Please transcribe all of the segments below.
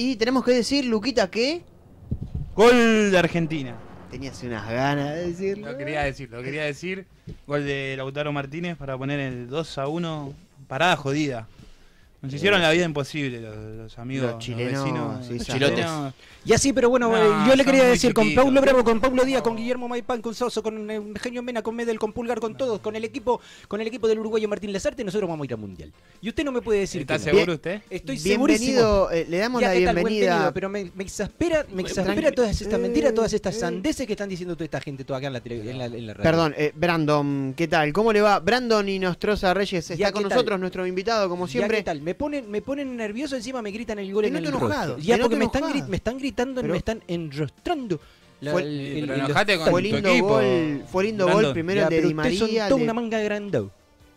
Y tenemos que decir, Luquita, que Gol de Argentina. tenías unas ganas de decirlo. Lo quería decir, lo quería decir. Gol de Lautaro Martínez para poner el 2 a 1. Parada jodida. Nos hicieron la vida imposible los, los amigos, Los chilenos, vecinos, sí, los chilotes. chilenos. Y así, pero bueno, No, eh, yo le son quería muy decir con chiquitos. Paulo Bravo, con Paulo Díaz, con Guillermo Maipán, con Soso, con eh, Eugenio Mena, con Medel, con Pulgar, con todos, con el equipo, con el equipo del uruguayo Martín Lazarte, nosotros vamos a ir al Mundial. Y usted no me puede decir ¿Está que no. seguro usted? Estoy segurísimo. Bienvenido, eh, le damos Ya, la ¿qué tal? Buen bienvenida. venido, pero me, me exaspera, me exaspera tranqui- todas estas Eh, mentiras, todas estas eh. sandeces que están diciendo toda esta gente toda acá en la, tele- en la- en la radio. Perdón, eh, Brandon, ¿qué tal? ¿Cómo le va? Brandon y Nostrosa Reyes está Ya, con ¿qué tal? nosotros, nuestro invitado, como Ya, siempre. ¿qué tal? Me ponen, me ponen nervioso, encima me gritan el gol Te en el noto enojado, rostro. Ya, te porque noto me están, enojado. gri- me están gritando, Pero- me están enrostrando. la- Fue- el- Pero el- enojate con Fue tu lindo equipo, gol, fue lindo gol Brandon. primero Ya, el de pero Di ustedes son María. el toda de- una manga grande.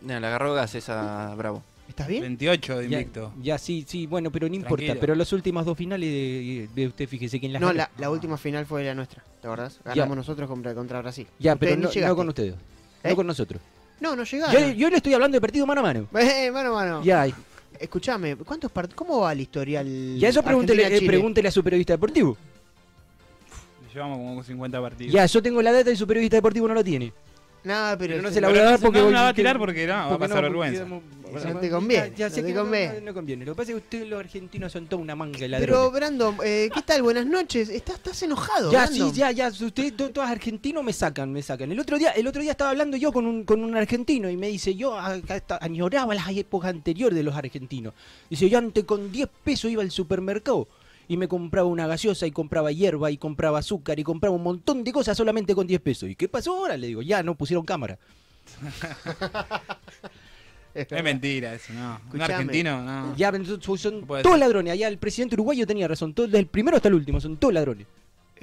No, le agarró gas esa Bravo. ¿Estás bien? 28 de Ya, invicto. ya, sí, sí, bueno, pero no importa. Tranquilo. Pero las últimas dos finales de, de usted, fíjese que en las No, ganas- la, la última final fue la nuestra, ¿te acordás? Ganamos nosotros contra, contra Brasil. Ya, Ustedes pero ni no, llegaste. no con ustedes. ¿Eh? No con nosotros. No, no Yo, llegaron. yo le estoy hablando de partido mano a mano. Eh, mano, mano. Ya, y- Escuchame, ¿cuántos part- ¿cómo va el historial? ya eso pregúntele, eh, Argentina-Chile? pregúntele a su periodista deportivo. Llevamos como 50 partidos. Ya, yo tengo la data y su periodista deportivo no lo tiene. Nada, pero, Pero no yo- se la voy a dar porque no, voy- la va a que- tirar porque no, va a porque pasar no, vergüenza. porque, No te conviene, Ya, ya no sé te que conviene. No, no conviene. Lo que pasa es que ustedes, los argentinos, son toda una manga de Pero, ladrones. Brandon, eh, ¿qué tal? Buenas noches. ¿Estás, estás enojado? ya, sí, Brandon? ya, ya. si Ustedes, to- todos argentinos, me sacan, me sacan. El otro día, el otro día estaba hablando yo con un, con un argentino y me dice, yo acá está- añoraba las épocas anteriores de los argentinos. Dice, yo antes con 10 pesos iba al supermercado. Y me compraba una gaseosa, y compraba hierba, y compraba azúcar, y compraba un montón de cosas solamente con 10 pesos. ¿Y qué pasó ahora? Le digo, ya no pusieron cámara. Es Es verdad. mentira eso, no. Un Escuchame. argentino, no. Ya, pero son- son No puede todos ser. ladrones. Allá el presidente uruguayo tenía razón. Todo, desde el primero hasta el último, son todos ladrones.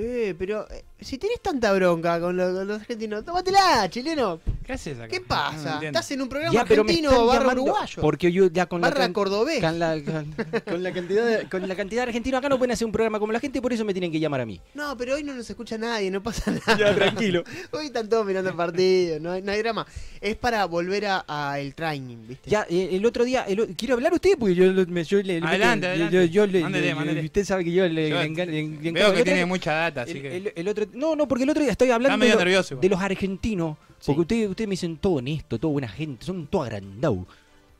Eh, pero eh, si tenés tanta bronca con los, con los argentinos, tómatela, chileno. ¿Qué haces acá? ¿Qué No, no pasa? entiendo. Estás en un programa Ya, pero me argentino están barra llamando, uruguayo. Porque yo ya con la, barra can- cordobés. can- la- can- con la cantidad de, con la cantidad de argentinos acá no pueden hacer un programa como la gente, por eso me tienen que llamar a mí. No, pero hoy no nos escucha nadie, no pasa nada. Ya, tranquilo. Hoy están todos mirando el partido, no hay, no hay drama. Es para volver a, a el training, ¿viste? Ya, eh, el otro día, el o- quiero hablar usted, porque yo, lo- me- yo le... le- Adelante, yo- adelante. yo- yo le- Mándele, yo- mándele. Usted sabe que yo le... Yo le engan- le- Veo le encabo- que el otro tiene día- mucha data, así el, que. el- el otro, no, no, porque el otro día estoy hablando medio de, lo- nervioso igual. de los argentinos, Sí. porque ustedes, ustedes me dicen todo honesto, todo buena gente, son todo agrandau,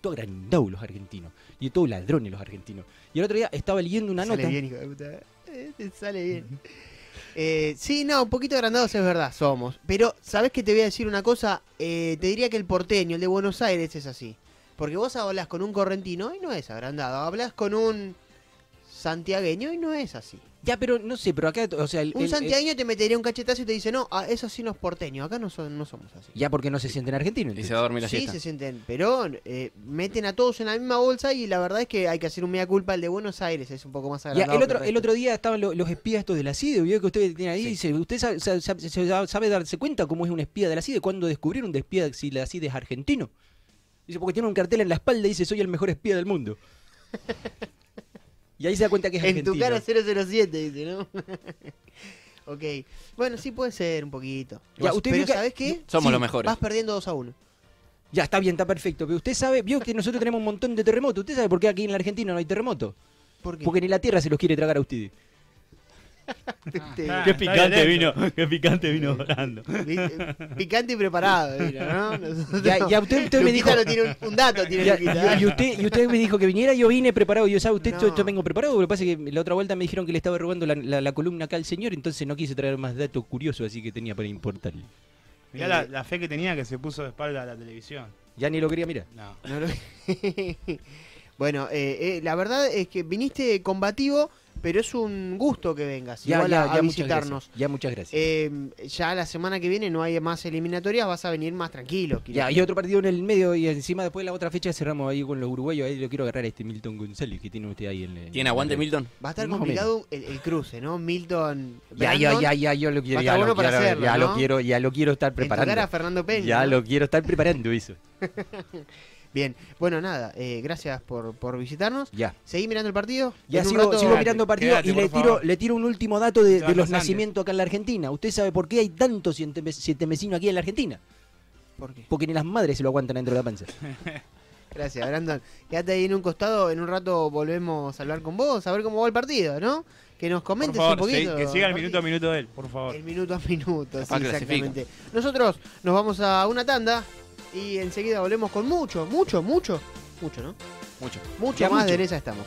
todo agrandau los argentinos, y todo ladrones los argentinos. Y el otro día estaba leyendo una Te sale nota, bien, hijo de puta. Eh, te sale bien. Eh, sí, no, un poquito agrandados es verdad, somos. Pero, ¿sabes qué te voy a decir una cosa? Eh, te diría que el porteño, el de Buenos Aires, es así. Porque vos hablas con un correntino y no es agrandado. Hablas con un santiagueño y no es así. ya pero no sé, pero acá, o sea, el- Un el- el- santiagueño te metería un cachetazo y te dice, no, ah, eso sí no es porteño, acá no, son- no somos así. ya porque no se sienten argentinos. Y se va a dormir la Sí, siesta. se sienten, pero eh, meten a todos en la misma bolsa y la verdad es que hay que hacer un mea culpa al de Buenos Aires, es un poco más Ya, agrandado. el, que otro, el resto. otro día estaban lo- los espías estos de la CIDE, vio que usted tiene ahí, dice, usted sabe, sabe- sabe- sabe- sabe darse cuenta cómo es un espía de la CIDE, cuando descubrieron de espía si la CIDE es argentino. Dice, porque tiene un cartel en la espalda y dice, soy el mejor espía del mundo. y ahí se da cuenta que es En argentino. tu cara 007, dice, ¿no? ok. Bueno, sí puede ser un poquito. Ya, usted pero vio que- ¿sabés qué? Somos Sí, los mejores. Vas perdiendo 2 a 1. Ya, está bien, está perfecto. Pero usted sabe, vio que nosotros tenemos un montón de terremotos. ¿Usted sabe por qué aquí en la Argentina no hay terremotos? ¿Por qué? Porque ni la tierra se los quiere tragar a ustedes. Este, Ah, Qué está picante vino, violento. qué picante vino Brando. ¿viste? Picante y preparado, mira, ¿no? Nosotros- Ya, ya usted- usted me Luquita dijo- no tiene un, un dato, tiene Ya, Luquita, y, y ¿eh? usted, y usted me dijo que viniera, yo vine preparado. Yo sabe, usted, yo, No. yo vengo preparado. Lo que pasa es que la otra vuelta me dijeron que le estaba robando la, la- la columna acá al señor, entonces no quise traer más datos curiosos, así que tenía para importarle. Mirá Eh, la, la fe que tenía que se puso de espalda a la televisión. Ya ni lo quería mirar. No. No lo- bueno, eh, eh, la verdad es que viniste combativo, pero es un gusto que vengas. Ya, igual a- ya, a, ya, muchas visitarnos. gracias. Ya, muchas gracias. Eh, ya la semana que viene no hay más eliminatorias, vas a venir más tranquilo. Quirós. ya, hay otro partido en el medio y encima después la otra fecha cerramos ahí con los uruguayos. Ahí lo quiero agarrar a este Milton González que tiene usted ahí en la- ¿Tiene aguante Milton? Va a estar Más o complicado el, el cruce, ¿no? Milton. Ya, Brandon, ya, ya, ya, yo Va lo a quiero. estar Ya, bueno lo, para quiero hacerlo, ya ¿no? lo quiero, ya lo quiero estar en tu cara a preparando. Fernando Peña. Ya ¿no? lo quiero estar preparando eso. Bien, bueno, nada, eh, gracias por, por visitarnos. Ya. ¿Seguí mirando el partido? Ya En un sigo, rato- sigo Quédate, mirando partido quédate, y le por tiro, favor. le tiro un último dato Te de, de vas los pasando. nacimientos acá en la Argentina. ¿Usted sabe por qué hay tantos siete- sietemecinos aquí en la Argentina? ¿Por qué? Porque ni las madres se lo aguantan dentro de la panza. Gracias, Brandon. Quédate ahí en un costado, en un rato volvemos a hablar con vos, a ver cómo va el partido, ¿no? Que nos Por comentes favor, un se- poquito. que siga el Martín. minuto a minuto él, por favor. El minuto a minuto, sí, Capaz clasifica. exactamente. Nosotros nos vamos a una tanda y enseguida volvemos con mucho, mucho, mucho, mucho, ¿no? Mucho. Mucho Ya más mucho. de esa estamos.